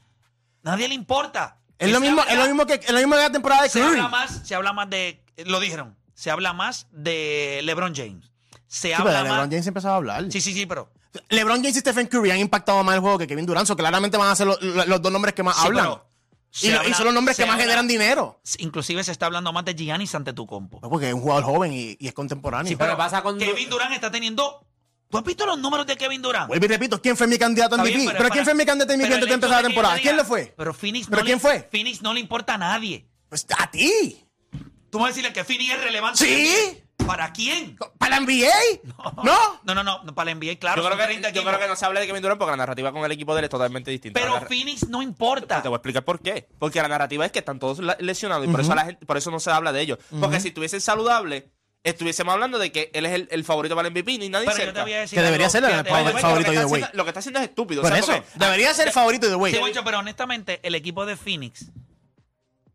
Speaker 3: Nadie le importa.
Speaker 6: Es lo
Speaker 3: Que
Speaker 6: mismo,
Speaker 3: sea
Speaker 6: es lo
Speaker 3: verdad.
Speaker 6: mismo que es lo mismo que la temporada de
Speaker 3: Se
Speaker 6: Curry.
Speaker 3: habla más, se habla más de, eh, lo dijeron, se habla más de LeBron James. Se
Speaker 6: Sí,
Speaker 3: habla
Speaker 6: pero
Speaker 3: más...
Speaker 6: LeBron James empezó a hablar.
Speaker 3: Sí, sí, sí, pero...
Speaker 6: LeBron James y Stephen Curry han impactado más el juego que Kevin Durant. so claramente van a ser lo- lo- los dos nombres que más
Speaker 3: sí,
Speaker 6: Ah, hablan.
Speaker 3: pero
Speaker 6: Y,
Speaker 3: se
Speaker 6: lo- y
Speaker 3: habla-
Speaker 6: son los nombres
Speaker 3: se
Speaker 6: que más
Speaker 3: habla-
Speaker 6: generan dinero.
Speaker 3: Inclusive se está hablando más de Giannis ante tu compo.
Speaker 6: Pues porque es un jugador joven y, y es contemporáneo.
Speaker 4: Sí, pero pasa con...
Speaker 3: Kevin Durant está teniendo... ¿Tú has visto los números de Kevin Durant?
Speaker 6: Vuelvo y repito, ¿quién fue mi candidato a
Speaker 3: Está
Speaker 6: MVP?
Speaker 3: bien,
Speaker 6: pero
Speaker 3: es
Speaker 6: ¿quién
Speaker 3: para-
Speaker 6: fue mi candidato a MVP
Speaker 3: pero el
Speaker 6: antes de
Speaker 3: hecho
Speaker 6: empezar la
Speaker 3: que yo te
Speaker 6: temporada?
Speaker 3: diga,
Speaker 6: ¿Quién lo fue?
Speaker 3: Pero Phoenix
Speaker 6: ¿Pero
Speaker 3: no
Speaker 6: quién
Speaker 3: le,
Speaker 6: fue?
Speaker 3: Phoenix no le importa a nadie.
Speaker 6: Pues a ti.
Speaker 3: Tú vas a decirle que Phoenix es relevante.
Speaker 6: ¿Sí?
Speaker 3: ¿Para quién?
Speaker 6: ¿Para la NBA? ¿No?
Speaker 3: No, no, no, no, para la NBA, claro.
Speaker 7: Yo creo,
Speaker 3: son 30
Speaker 7: que, yo
Speaker 3: equipos.
Speaker 7: creo que no se habla de Kevin Durant porque la narrativa con el equipo de él es totalmente distinta. La
Speaker 3: Pero
Speaker 7: narra-
Speaker 3: Phoenix no importa.
Speaker 7: Te voy a explicar por qué. Porque la narrativa es que están todos la- lesionados y por eso la gente, por eso no se habla de ellos. Porque si estuviesen saludables, estuviésemos hablando de que él es el, el favorito para el MVP y nadie
Speaker 3: Pero
Speaker 7: cerca.
Speaker 3: yo te voy a decir
Speaker 6: Que debería
Speaker 3: algo,
Speaker 6: ser el
Speaker 3: fíjate,
Speaker 6: favor-
Speaker 3: by the way,
Speaker 6: favorito
Speaker 7: lo, que
Speaker 6: de
Speaker 7: está
Speaker 6: Wade.
Speaker 7: haciendo, lo que está haciendo es estúpido.
Speaker 6: Por
Speaker 7: o sea,
Speaker 6: eso.
Speaker 7: porque-
Speaker 6: Debería ser el favorito de
Speaker 3: Ah, Sí,
Speaker 6: Wade.
Speaker 3: Juancho, pero honestamente, el equipo de Phoenix,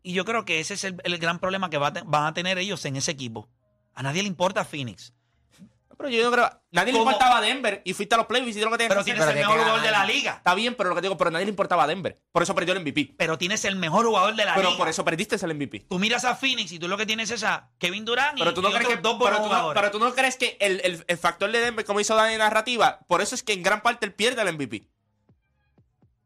Speaker 3: y yo creo que ese es el, el gran problema que va a te- van a tener ellos en ese equipo. A nadie le importa Phoenix.
Speaker 7: Ah, pero yo no creo. Nadie le
Speaker 3: ¿Cómo?
Speaker 7: importaba a Denver y fuiste a los playoffs y hiciste lo que tenías
Speaker 3: Pero
Speaker 7: que hacer.
Speaker 3: tienes el
Speaker 4: de
Speaker 3: mejor
Speaker 4: que
Speaker 3: jugador de la
Speaker 4: ganan.
Speaker 3: liga.
Speaker 7: Está bien, pero lo que te digo, pero nadie le importaba a Denver. Por eso perdió el MVP.
Speaker 3: Pero tienes el mejor jugador de la
Speaker 7: Pero
Speaker 3: liga.
Speaker 7: por eso perdiste el MVP.
Speaker 3: Tú miras a Phoenix y tú lo que tienes es a Kevin Durant y-
Speaker 7: Pero tú,
Speaker 3: y
Speaker 7: no crees
Speaker 3: otros
Speaker 7: que,
Speaker 3: dos
Speaker 7: pero,
Speaker 3: buenos
Speaker 7: tú no,
Speaker 3: jugadores.
Speaker 7: pero tú no crees que el, el- el factor de Denver, como hizo Dani en narrativa, por eso es que en gran parte él pierde el MVP.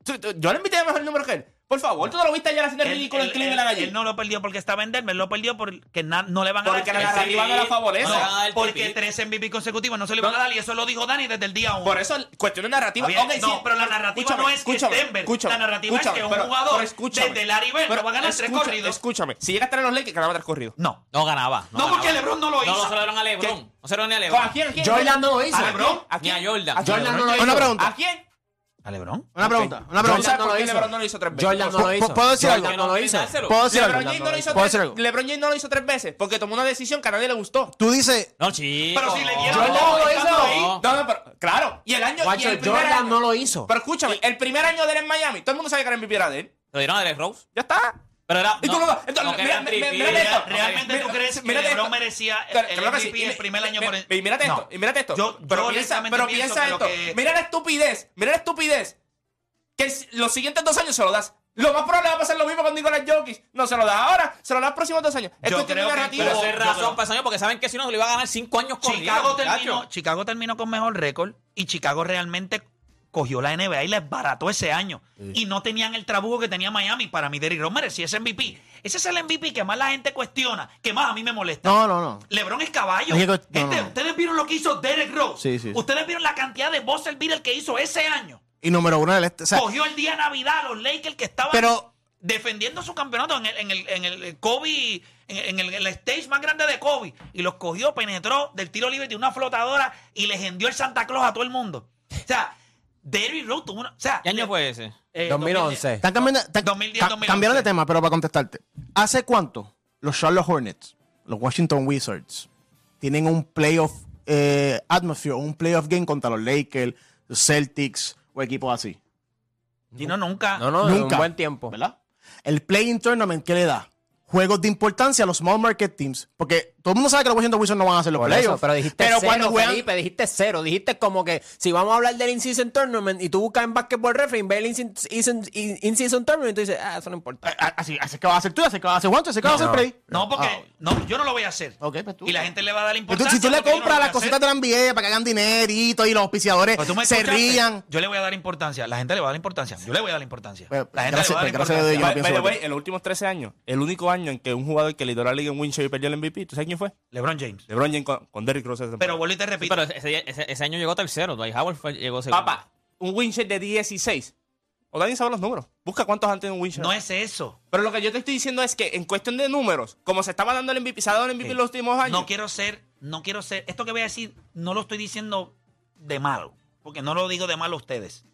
Speaker 7: Tú- tú- Yo le invité a mejor número que él. Por favor, tú no lo viste ayer haciendo el
Speaker 3: Él-
Speaker 7: ridículo en
Speaker 3: él-
Speaker 7: Cleveland
Speaker 3: él-
Speaker 7: ayer.
Speaker 3: él no lo perdió porque estaba en Denver, lo perdió porque na- no le van a
Speaker 7: porque la
Speaker 3: dar.
Speaker 7: narrativa no la favorece.
Speaker 3: No,
Speaker 5: van a dar el
Speaker 3: porque
Speaker 5: MVP.
Speaker 3: tres MVP consecutivos no se le van a dar y eso lo dijo Dani desde el día 1.
Speaker 7: Por eso, cuestión de narrativa.
Speaker 3: Javier,
Speaker 7: Ok, sí,
Speaker 3: no, pero la narrativa
Speaker 7: escúchame,
Speaker 3: no es que es
Speaker 7: escúchame,
Speaker 3: Denver.
Speaker 7: escúchame,
Speaker 3: La narrativa es
Speaker 7: escúchame,
Speaker 3: que un jugador
Speaker 7: escúchame.
Speaker 3: desde Larry Bird
Speaker 7: Pero
Speaker 3: va a ganar tres
Speaker 7: escucha-
Speaker 3: corridos.
Speaker 7: Escúchame, si llegaste a tener los Lakers, ganaba tres corridos.
Speaker 3: No.
Speaker 5: No ganaba.
Speaker 3: No, porque
Speaker 5: ganaba.
Speaker 3: LeBron no lo hizo.
Speaker 5: No, no se lo dieron a LeBron. No se lo dieron ni a LeBron.
Speaker 7: ¿A quién? ¿A quién?
Speaker 4: Jordan no lo hizo.
Speaker 3: ¿A LeBron?
Speaker 7: ¿A quién?
Speaker 5: Ni a Jordan.
Speaker 7: ¿A quién?
Speaker 4: Jordan no lo hizo.
Speaker 6: Una
Speaker 7: ¿A
Speaker 6: pregunta.
Speaker 7: quién?
Speaker 3: ¿A LeBron?
Speaker 6: Una pregunta. Una
Speaker 7: ¿Tú
Speaker 6: pregunta.
Speaker 7: sabes por
Speaker 4: lo
Speaker 7: qué
Speaker 4: hizo.
Speaker 7: LeBron no lo hizo tres veces?
Speaker 4: Jordan no lo hizo.
Speaker 6: ¿Puedo decir
Speaker 4: Jordan
Speaker 6: algo?
Speaker 4: no lo hizo.
Speaker 5: Dárselo.
Speaker 6: ¿Puedo decir
Speaker 7: LeBron
Speaker 6: algo?
Speaker 7: James no lo hizo
Speaker 6: ¿Puedo decir
Speaker 7: tres-
Speaker 6: algo?
Speaker 7: LeBron James no lo hizo tres veces porque tomó una decisión que a nadie le gustó.
Speaker 6: Tú dices,
Speaker 5: No, chico.
Speaker 3: Pero si le dieron
Speaker 4: Jordan no lo hizo.
Speaker 5: No.
Speaker 7: No, no, pero, claro. Y el año. y
Speaker 4: Guacho,
Speaker 7: el primer
Speaker 4: Jordan
Speaker 7: año-
Speaker 4: no lo hizo.
Speaker 7: Pero escúchame, el primer año de él en Miami, todo el mundo sabe que era MVP era de él.
Speaker 5: Lo dieron a Derek Rose.
Speaker 7: Ya está.
Speaker 5: Pero era.
Speaker 7: Y tú lo- entonces,
Speaker 5: no, que
Speaker 7: mira,
Speaker 5: eran
Speaker 7: mira, mira
Speaker 5: tripies,
Speaker 7: esto.
Speaker 5: ok.
Speaker 3: Realmente tú crees que
Speaker 7: mira esto.
Speaker 3: LeBron merecía
Speaker 7: Claro,
Speaker 3: el
Speaker 7: claro que sí.
Speaker 3: MVP el
Speaker 7: Y-
Speaker 3: primer
Speaker 7: y-
Speaker 3: año
Speaker 7: y-
Speaker 3: por el-
Speaker 7: Y mírate
Speaker 3: No.
Speaker 7: esto, y mírate esto.
Speaker 3: Yo-
Speaker 7: pero
Speaker 3: yo
Speaker 7: piensa,
Speaker 3: honestamente
Speaker 7: pero
Speaker 3: pienso
Speaker 7: piensa
Speaker 3: que lo
Speaker 7: esto.
Speaker 3: que-
Speaker 7: Mira la estupidez, mira la estupidez. Que si- los siguientes dos años se lo das. Lo más probable va a pasar lo mismo con Nicolás Jokic. No se lo das ahora, se lo das los próximos dos años.
Speaker 3: Yo
Speaker 7: Esto tiene
Speaker 3: creo que-
Speaker 7: narrativa.
Speaker 5: Pero eso es
Speaker 3: Yo
Speaker 5: razón
Speaker 3: creo-
Speaker 5: para ese año, porque saben que si no, se lo iba a ganar cinco años con
Speaker 3: Chicago terminó, Chicago terminó con mejor récord y Chicago realmente cogió la NBA y les barató ese año. Y no tenían el trabuco que tenía Miami. Para mí, Derrick Rose merecía ese MVP. Ese es el MVP que más la gente cuestiona, que más a mí me molesta.
Speaker 6: No, no, no.
Speaker 3: LeBron es caballo.
Speaker 6: Es que- no,
Speaker 3: Gente,
Speaker 6: no.
Speaker 3: ustedes vieron lo que hizo Derrick Rose.
Speaker 6: Sí, sí, sí.
Speaker 3: Ustedes vieron la cantidad de buzzer beater que hizo ese año.
Speaker 6: Y número uno del este. o sea,
Speaker 3: Cogió el día de Navidad a los Lakers que estaban
Speaker 6: Pero-
Speaker 3: defendiendo su campeonato en el, en el, en el Kobe, en, en el, el stage más grande de Kobe. Y los cogió, penetró del tiro libre de una flotadora y les hendió el Santa Claus a todo el mundo. O sea, Derrick Rose tuvo una... O sea,
Speaker 5: ¿Qué año fue ese?
Speaker 3: eh,
Speaker 4: 2011.
Speaker 6: están cambiando, están-
Speaker 3: 2010,
Speaker 6: ca-
Speaker 3: 2011.
Speaker 6: cambiaron de tema, pero para contestarte. ¿Hace cuánto los Charlotte Hornets, los Washington Wizards, tienen un playoff eh, atmosphere, un playoff game contra los Lakers, los Celtics o equipos así?
Speaker 3: Y no, nunca.
Speaker 4: No, no,
Speaker 6: Nunca.
Speaker 4: un buen tiempo.
Speaker 6: ¿Verdad? El play-in tournament, ¿qué le da? Juegos de importancia a los small market teams. Porque todo el mundo sabe que los Washington Wizards no van a hacer los
Speaker 4: Por eso,
Speaker 6: playoffs.
Speaker 4: pero dijiste
Speaker 6: pero
Speaker 4: cero,
Speaker 6: cuando juegan,
Speaker 4: Felipe, dijiste cero. Dijiste como que si vamos a hablar del in-season tournament y tú buscas en basketball reference, ve el in-season- in-season in-season tournament y tú dices, ah, eso no importa.
Speaker 6: a- a- así, así es que va a hacer tú, así es que va a hacer Juancho, así es que va a hacer Play.
Speaker 3: No, porque
Speaker 6: Ah,
Speaker 3: no, yo no lo voy a hacer.
Speaker 6: Ok, pues tú.
Speaker 3: Y la gente le va a dar
Speaker 6: Entonces, si
Speaker 3: importancia.
Speaker 6: tú le
Speaker 3: porque yo no lo
Speaker 6: compras
Speaker 3: voy a
Speaker 6: las cositas
Speaker 3: hacer.
Speaker 6: de la NBA para que hagan dinerito y los auspiciadores
Speaker 3: Pero tú me
Speaker 6: se
Speaker 3: escuchaste.
Speaker 6: rían.
Speaker 3: Yo le voy a dar importancia. La gente le va a dar importancia. Yo le voy a dar importancia.
Speaker 6: Pues,
Speaker 3: la gente
Speaker 6: gracias,
Speaker 3: le va a
Speaker 6: pues,
Speaker 3: dar
Speaker 6: gracias a
Speaker 3: importancia.
Speaker 6: Dios,
Speaker 7: By-
Speaker 6: pienso
Speaker 7: by the
Speaker 6: lo que-
Speaker 7: way, en los últimos 13 años, el único año en que un jugador que lideró la liga en Winchester y perdió el MVP, ¿tú sabes quién fue?
Speaker 3: LeBron James.
Speaker 7: LeBron James con, con Derrick Rose. esa temporada.
Speaker 3: Pero vuelvo y te repito.
Speaker 5: Pero ese, ese- ese año llegó tercero. Dwight Howard fue- llegó segundo.
Speaker 7: Papá, un Winchester de 16. O Dani sabe los números. Busca cuántos han tenido un Winchester.
Speaker 3: no es eso.
Speaker 7: Pero lo que yo te estoy diciendo es que en cuestión de números, como se estaba dando el MVP, se ha dado el MVP en los últimos años.
Speaker 3: No quiero ser, no quiero ser. Esto que voy a decir, no lo estoy diciendo de malo, porque no lo digo de malo a ustedes.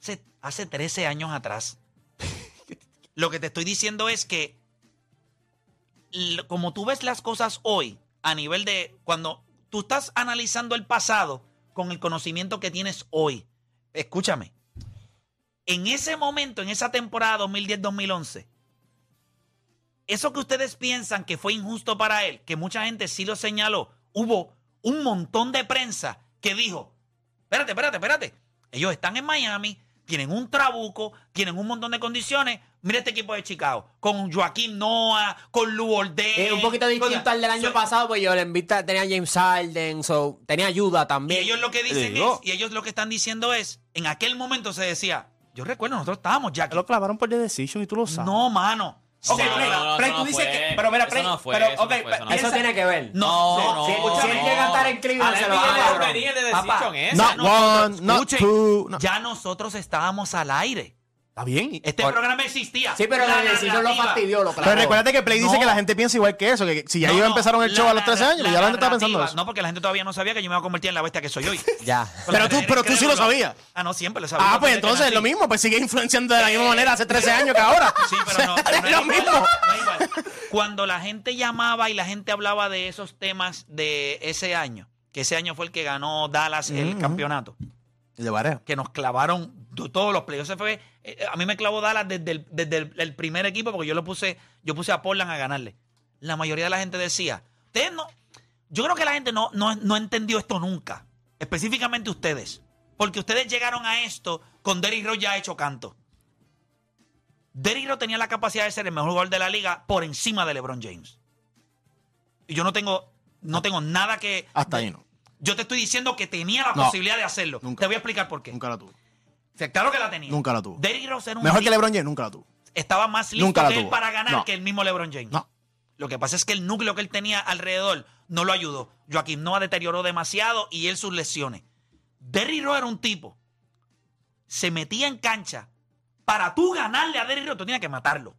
Speaker 3: Hace, hace 13 años atrás, lo que te estoy diciendo es que l- como tú ves las cosas hoy, a nivel de cuando tú estás analizando el pasado con el conocimiento que tienes hoy, escúchame, en ese momento, en esa temporada 2010-2011, eso que ustedes piensan que fue injusto para él, que mucha gente sí lo señaló, hubo un montón de prensa que dijo, espérate, espérate, espérate, ellos están en Miami, tienen un trabuco, tienen un montón de condiciones, mira este equipo de Chicago, con Joaquín Noah, con Lou Bordé.
Speaker 4: Eh, un poquito distinto al del año pasado, pues yo le invita, tenía a James Harden, so, tenía ayuda
Speaker 3: Y
Speaker 4: también.
Speaker 3: ellos lo que dicen
Speaker 7: digo.
Speaker 3: es, y ellos lo que están diciendo es, en aquel momento se decía, yo recuerdo, nosotros estábamos ya.
Speaker 7: Te lo clavaron por The Decision y tú lo sabes.
Speaker 3: No, mano.
Speaker 7: Ok,
Speaker 5: No,
Speaker 7: Play,
Speaker 5: no, no,
Speaker 7: Play,
Speaker 5: eso
Speaker 7: tú
Speaker 5: no
Speaker 7: dices
Speaker 5: fue.
Speaker 7: que. Pero mira,
Speaker 5: Eso
Speaker 7: Play.
Speaker 5: no fue,
Speaker 7: pero,
Speaker 5: eso
Speaker 7: ok,
Speaker 5: no fue, eso no
Speaker 7: pero-
Speaker 4: eso tiene que ver.
Speaker 3: No,
Speaker 5: No,
Speaker 3: no,
Speaker 5: no,
Speaker 4: si, si él
Speaker 3: no.
Speaker 4: llega a estar en
Speaker 5: A
Speaker 4: Cleveland,
Speaker 5: la
Speaker 4: se lo
Speaker 5: NBA
Speaker 4: va a
Speaker 5: le
Speaker 4: dar,
Speaker 5: venía
Speaker 4: bro.
Speaker 5: el de
Speaker 3: Papá,
Speaker 5: Decision esa.
Speaker 6: Not
Speaker 3: nosotros-
Speaker 6: one, not
Speaker 3: escuchen,
Speaker 6: two, no.
Speaker 3: Ya nosotros estábamos al aire.
Speaker 7: Está bien.
Speaker 3: Este programa existía.
Speaker 4: Sí, pero
Speaker 3: La
Speaker 4: la decisión lo
Speaker 3: narrativa.
Speaker 4: fastidió, lo
Speaker 6: Pero
Speaker 4: clavó.
Speaker 6: recuérdate que Play dice
Speaker 3: No.
Speaker 6: que la gente piensa igual que eso, que si ya
Speaker 3: No,
Speaker 6: ellos
Speaker 3: no,
Speaker 6: empezaron el
Speaker 3: la
Speaker 6: show a los 13
Speaker 3: narra-
Speaker 6: años, ya la gente estaba pensando
Speaker 3: narrativa.
Speaker 6: eso.
Speaker 3: No, porque la gente todavía no sabía que yo me iba a convertir en la bestia que soy hoy.
Speaker 4: Ya.
Speaker 3: Con la
Speaker 6: Pero tú-
Speaker 3: gente
Speaker 6: pero tú sí lo
Speaker 3: créemelo.
Speaker 6: sabías.
Speaker 3: Ah, no, siempre lo sabía.
Speaker 6: Ah, pues
Speaker 3: Desde que
Speaker 6: entonces es lo
Speaker 3: nací.
Speaker 6: mismo, pues sigue influenciando de la misma manera hace 13 años que ahora.
Speaker 3: Sí, pero no,
Speaker 6: O sea,
Speaker 3: pero
Speaker 6: es
Speaker 3: no
Speaker 6: lo
Speaker 3: igual,
Speaker 6: mismo.
Speaker 3: no es igual. Cuando la gente llamaba y la gente hablaba de esos temas de ese año, que ese año fue el que ganó Dallas el campeonato,
Speaker 6: El de Vareo.
Speaker 3: que nos clavaron do- todos los playoffs. Ese fue, eh, a mí me clavó Dallas desde, el, desde el, el primer equipo porque yo lo puse, yo puse a Portland a ganarle. La mayoría de la gente decía, ustedes no, yo creo que la gente no, no, no entendió esto nunca, específicamente ustedes, porque ustedes llegaron a esto con Derrick Rose ya hecho canto. Derrick Rose tenía la capacidad de ser el mejor jugador de la liga por encima de LeBron James. Y yo no tengo, no tengo nada que...
Speaker 6: Hasta ahí no.
Speaker 3: Yo te estoy diciendo que tenía la
Speaker 6: No,
Speaker 3: posibilidad de hacerlo.
Speaker 6: nunca.
Speaker 3: Te voy a explicar por qué.
Speaker 6: Nunca la tuvo.
Speaker 3: O sea, claro que la tenía.
Speaker 6: Nunca la tuvo.
Speaker 3: Derrick Rose era un
Speaker 6: Mejor
Speaker 3: tipo-
Speaker 6: que LeBron James, nunca la tuvo.
Speaker 3: estaba más listo
Speaker 6: Nunca la
Speaker 3: que él
Speaker 6: tuvo.
Speaker 3: para ganar
Speaker 6: No.
Speaker 3: que el mismo LeBron James.
Speaker 6: No.
Speaker 3: Lo que pasa es que el núcleo que él tenía alrededor no lo ayudó. Joaquín Noah deterioró demasiado y él sus lesiones. Derrick Rose era un tipo. Se metía en cancha. Para tú ganarle a Derrick Rose, tú tenías que matarlo.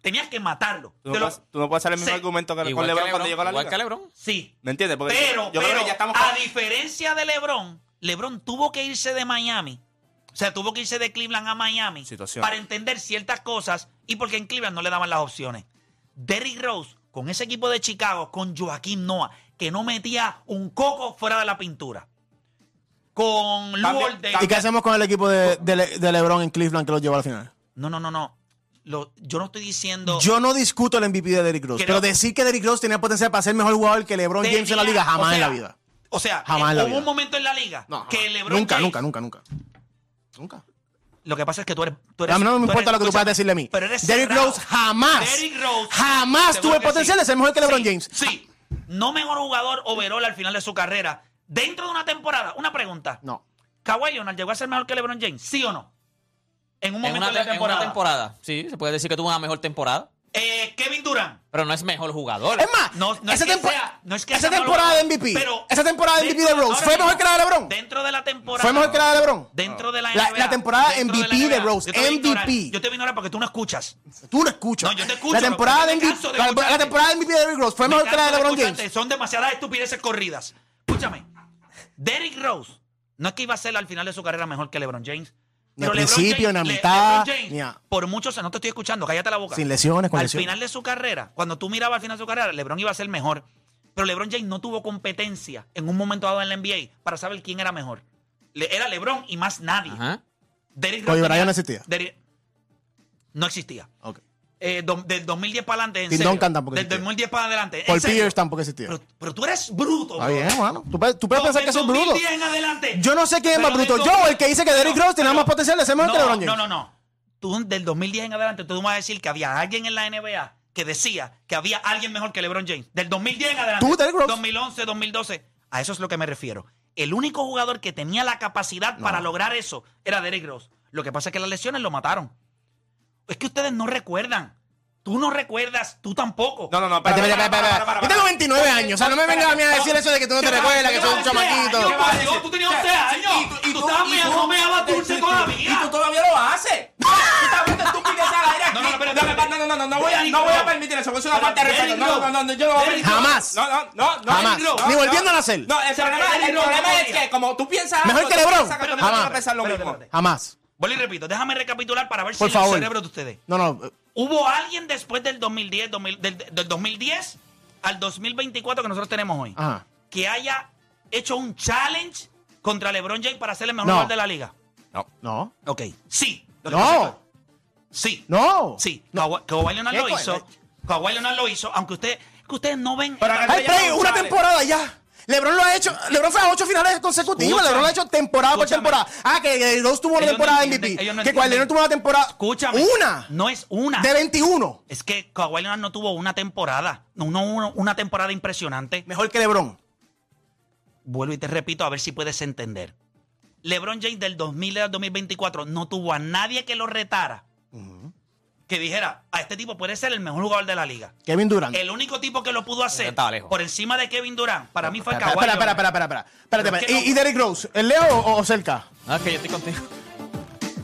Speaker 3: Tenías que matarlo.
Speaker 7: Tú no,
Speaker 3: Te lo-
Speaker 7: puedes, tú no puedes hacer el mismo
Speaker 3: Sí.
Speaker 7: argumento que con
Speaker 5: Igual que
Speaker 7: LeBron cuando
Speaker 5: LeBron,
Speaker 7: llegó a la
Speaker 5: igual
Speaker 7: liga.
Speaker 5: que LeBron.
Speaker 3: Sí.
Speaker 7: ¿Me entiendes? Porque
Speaker 3: Pero,
Speaker 7: yo creo
Speaker 3: pero
Speaker 7: que ya estamos
Speaker 3: a diferencia de LeBron, LeBron tuvo que irse de Miami. O sea, tuvo que irse de Cleveland a Miami
Speaker 7: Situación.
Speaker 3: para entender ciertas cosas y porque en Cleveland no le daban las opciones. Derrick Rose, con ese equipo de Chicago, con Joaquín Noah, que no metía un coco fuera de la pintura. Con Lou
Speaker 7: Cambia-
Speaker 3: Holden.
Speaker 6: ¿Y qué hacemos con el equipo de, de Le- de LeBron en Cleveland que los llevó a la final?
Speaker 3: No, no, no, no. lo- yo no estoy diciendo.
Speaker 6: Yo no discuto el MVP de Derrick Rose,
Speaker 3: Creo-
Speaker 6: pero decir que Derrick Rose tenía potencial para ser mejor jugador que LeBron
Speaker 3: Tenía,
Speaker 6: James en la liga, jamás
Speaker 3: o sea,
Speaker 6: en la vida.
Speaker 3: o sea,
Speaker 6: Jamás en la
Speaker 3: hubo
Speaker 6: vida.
Speaker 3: un momento en la liga
Speaker 6: No,
Speaker 3: que
Speaker 6: jamás.
Speaker 3: LeBron
Speaker 6: nunca,
Speaker 3: James-
Speaker 6: nunca, nunca, nunca. Nunca.
Speaker 3: Lo que pasa es que tú eres. Tú eres
Speaker 6: A mí no me
Speaker 3: tú
Speaker 6: importa
Speaker 3: eres-
Speaker 6: lo que tú
Speaker 3: escucha,
Speaker 6: puedas decirle a mí.
Speaker 3: Pero eres
Speaker 6: Derrick
Speaker 3: cerrado.
Speaker 6: Rose jamás,
Speaker 3: Derrick Rose.
Speaker 6: jamás
Speaker 3: seguro
Speaker 6: tuvo
Speaker 3: que
Speaker 6: potencial
Speaker 3: sí.
Speaker 6: de ser mejor que LeBron
Speaker 3: Sí,
Speaker 6: James.
Speaker 3: Sí. No mejor jugador overall al final de su carrera. Dentro de una temporada, una pregunta.
Speaker 6: No.
Speaker 3: ¿Kawhi Leonard llegó a ser mejor que LeBron James? ¿Sí o no? En un
Speaker 5: En
Speaker 3: momento
Speaker 5: una,
Speaker 3: de la
Speaker 5: te- en una
Speaker 3: temporada.
Speaker 5: temporada. Sí, se puede decir que tuvo una mejor temporada,
Speaker 3: Eh, Kevin Durant.
Speaker 5: pero no es mejor jugador.
Speaker 6: Es más,
Speaker 3: No, no
Speaker 6: Ah, esa,
Speaker 3: es que
Speaker 6: tempo-
Speaker 3: sea- no es que
Speaker 6: esa
Speaker 3: sea
Speaker 6: temporada de
Speaker 3: malo,
Speaker 6: MVP,
Speaker 3: pero
Speaker 6: esa temporada de MVP de
Speaker 3: dentro-
Speaker 6: Rose,
Speaker 3: ahora
Speaker 6: ¿fue mejor
Speaker 3: mismo,
Speaker 6: que la de LeBron?
Speaker 3: Dentro de la temporada.
Speaker 6: ¿Fue mejor que la de LeBron?
Speaker 3: Dentro de la
Speaker 6: La-
Speaker 3: NBA.
Speaker 6: la temporada
Speaker 3: dentro
Speaker 6: MVP
Speaker 3: la
Speaker 6: de
Speaker 3: NBA.
Speaker 6: Rose,
Speaker 3: Yo te voy a ignorar.
Speaker 6: MVP.
Speaker 3: Yo te voy a ignorar porque tú no escuchas.
Speaker 6: Tú no escuchas.
Speaker 3: No, yo te escucho,
Speaker 6: La
Speaker 3: pero
Speaker 6: temporada de
Speaker 3: me
Speaker 6: MVP,
Speaker 3: canso de
Speaker 6: la- la,
Speaker 3: escucharte.
Speaker 6: temporada de MVP de Derrick Rose fue
Speaker 3: Me
Speaker 6: mejor que la de
Speaker 3: canso
Speaker 6: LeBron
Speaker 3: escucharte,
Speaker 6: James.
Speaker 3: Son demasiadas estupideces corridas. Escúchame. Derrick Rose no es que iba a ser al final de su carrera mejor que LeBron James.
Speaker 6: Ni al
Speaker 3: Pero LeBron
Speaker 6: principio,
Speaker 3: James-
Speaker 6: ni a
Speaker 3: Le-
Speaker 6: mitad,
Speaker 3: LeBron James,
Speaker 6: ni a-
Speaker 3: Por muchos, no te estoy escuchando, cállate la boca.
Speaker 6: Sin lesiones, con
Speaker 3: Al
Speaker 6: lesiones.
Speaker 3: final de su carrera, cuando tú mirabas al final de su carrera, LeBron iba a ser mejor. Pero LeBron James no tuvo competencia en un momento dado en la NBA para saber quién era mejor. Le- era LeBron y más nadie.
Speaker 5: Ajá.
Speaker 3: Derrick
Speaker 6: Kobe
Speaker 3: Rose
Speaker 6: Bryant
Speaker 3: tenía-
Speaker 6: no existía.
Speaker 3: Derrick- no existía.
Speaker 6: Ok.
Speaker 3: Eh, do- del 2010 para adelante. En
Speaker 6: Tim
Speaker 3: serio.
Speaker 6: Duncan tampoco
Speaker 3: Del
Speaker 6: existía.
Speaker 3: 2010 para adelante. en
Speaker 6: Paul
Speaker 3: serio.
Speaker 6: Pierce tampoco existió.
Speaker 3: Pero, pero tú eres bruto.
Speaker 6: Está
Speaker 3: bro.
Speaker 6: bien, mano. Tú puedes, tú puedes
Speaker 3: No,
Speaker 6: pensar
Speaker 3: del
Speaker 6: eh, que soy bruto.
Speaker 3: 2010 en adelante.
Speaker 6: Yo no sé quién es más
Speaker 3: Pero
Speaker 6: bruto.
Speaker 3: del
Speaker 6: Yo,
Speaker 3: 2000
Speaker 6: el que dice que Derrick Rose tenía
Speaker 3: pero-
Speaker 6: más potencial de ser mejor
Speaker 3: no,
Speaker 6: que LeBron James.
Speaker 3: No, no, no. Tú del 2010 en adelante tú me vas a decir que había alguien en la NBA que decía que había alguien mejor que LeBron James. Del 2010 en adelante.
Speaker 6: Tú, Derrick Rose.
Speaker 3: 2011, 2012. A eso es lo que me refiero. El único jugador que tenía la capacidad para lograr eso era Derrick Rose. Lo que pasa es que las lesiones lo mataron. Es que ustedes no recuerdan. Tú no recuerdas, tú tampoco.
Speaker 7: No, no, no.
Speaker 6: Espérate,
Speaker 7: espérate,
Speaker 6: espérate, espérate,
Speaker 7: espérate,
Speaker 6: espérate.
Speaker 7: espérate,
Speaker 6: Yo tengo 29 años. O sea, no me vengas a mí a decir eso de que tú no te recuerdas, que soy un
Speaker 3: ¿Qué
Speaker 6: chamaquito.
Speaker 3: pasó? Tú tenías 11 años. tú estabas meando, meabas dulce todavía.
Speaker 7: Y tú todavía lo haces. Tú estás hablando estupideces al aire aquí.
Speaker 3: No, no, no, espérate,
Speaker 7: Dame pa-
Speaker 3: espérate.
Speaker 7: no, no, no, no voy a- no voy a permitir eso. porque Es una
Speaker 3: Pero
Speaker 7: falta de respeto.
Speaker 3: Derrick
Speaker 7: No, no,
Speaker 3: Rose.
Speaker 7: no, no, yo no voy a
Speaker 3: Derrick
Speaker 7: permitir.
Speaker 6: Jamás.
Speaker 7: No, no, no, no.
Speaker 6: Jamás.
Speaker 7: Derrick Rose.
Speaker 6: Ni
Speaker 7: No,
Speaker 6: volviéndolo
Speaker 7: no.
Speaker 6: a hacer.
Speaker 7: No, el problema, el
Speaker 3: Derrick Rose
Speaker 7: problema
Speaker 3: no
Speaker 7: es
Speaker 3: podía.
Speaker 7: que como tú piensas
Speaker 6: Mejor
Speaker 7: algo,
Speaker 6: que
Speaker 7: tú
Speaker 6: LeBron.
Speaker 7: piensas que tú no
Speaker 6: Jamás.
Speaker 7: vas a pensar lo
Speaker 3: Espérate,
Speaker 7: mismo.
Speaker 3: espérate.
Speaker 6: Jamás.
Speaker 3: Vuelvo y repito, déjame recapitular para ver
Speaker 6: Por
Speaker 3: si
Speaker 6: favor.
Speaker 3: el cerebro de ustedes.
Speaker 6: No, no. eh,
Speaker 3: ¿Hubo alguien después del 2010, 2000, del, del 2010 al 2024 que nosotros tenemos hoy
Speaker 6: Ajá.
Speaker 3: que haya hecho un challenge contra LeBron James para ser el mejor
Speaker 6: No.
Speaker 3: jugador de la liga?
Speaker 6: No.
Speaker 3: Ok. Sí. Lo que pasa
Speaker 6: No.
Speaker 3: es- Sí.
Speaker 6: No.
Speaker 3: Sí. Kawhi Kawhi Leonard
Speaker 6: ¿Qué
Speaker 3: lo
Speaker 6: coño?
Speaker 3: hizo. Kawhi Leonard lo hizo, aunque usted, que ustedes no ven...
Speaker 7: Pero acá
Speaker 6: Hay
Speaker 7: está
Speaker 6: play,
Speaker 7: ya
Speaker 6: una
Speaker 7: González.
Speaker 6: temporada ya. LeBron lo ha hecho. LeBron fue a ocho finales consecutivas.
Speaker 3: Escúchame.
Speaker 6: LeBron lo ha hecho temporada por
Speaker 3: Escúchame.
Speaker 6: temporada. Ah, que Derrick Rose tuvo una
Speaker 3: Ellos no
Speaker 6: temporada
Speaker 3: entienden,
Speaker 6: MVP.
Speaker 3: ellos no
Speaker 6: que cuál
Speaker 3: entienden.
Speaker 6: no tuvo una temporada.
Speaker 3: Escúchame.
Speaker 6: Una.
Speaker 3: No es una.
Speaker 6: De 21.
Speaker 3: Es que Kawhi Leonard no tuvo una temporada. No, no, uno- una temporada impresionante.
Speaker 6: Mejor que LeBron.
Speaker 3: Vuelvo y te repito, a ver si puedes entender. LeBron James del 2000 al 2024 no tuvo a nadie que lo retara. Que dijera, a este tipo puede ser el mejor jugador de la liga.
Speaker 6: Kevin Durant.
Speaker 3: El único tipo que lo pudo hacer
Speaker 5: estaba lejos.
Speaker 3: por encima de Kevin Durant, para mí fue
Speaker 6: Espera,
Speaker 3: Kawhi
Speaker 6: espera, espera,
Speaker 3: Leonard.
Speaker 6: espera, espera, espera. Espérate,
Speaker 3: Pero es
Speaker 6: espérate.
Speaker 3: que
Speaker 6: ¿Y, y Derrick Rose? ¿El Leo o, o cerca?
Speaker 5: No, es que yo estoy contigo.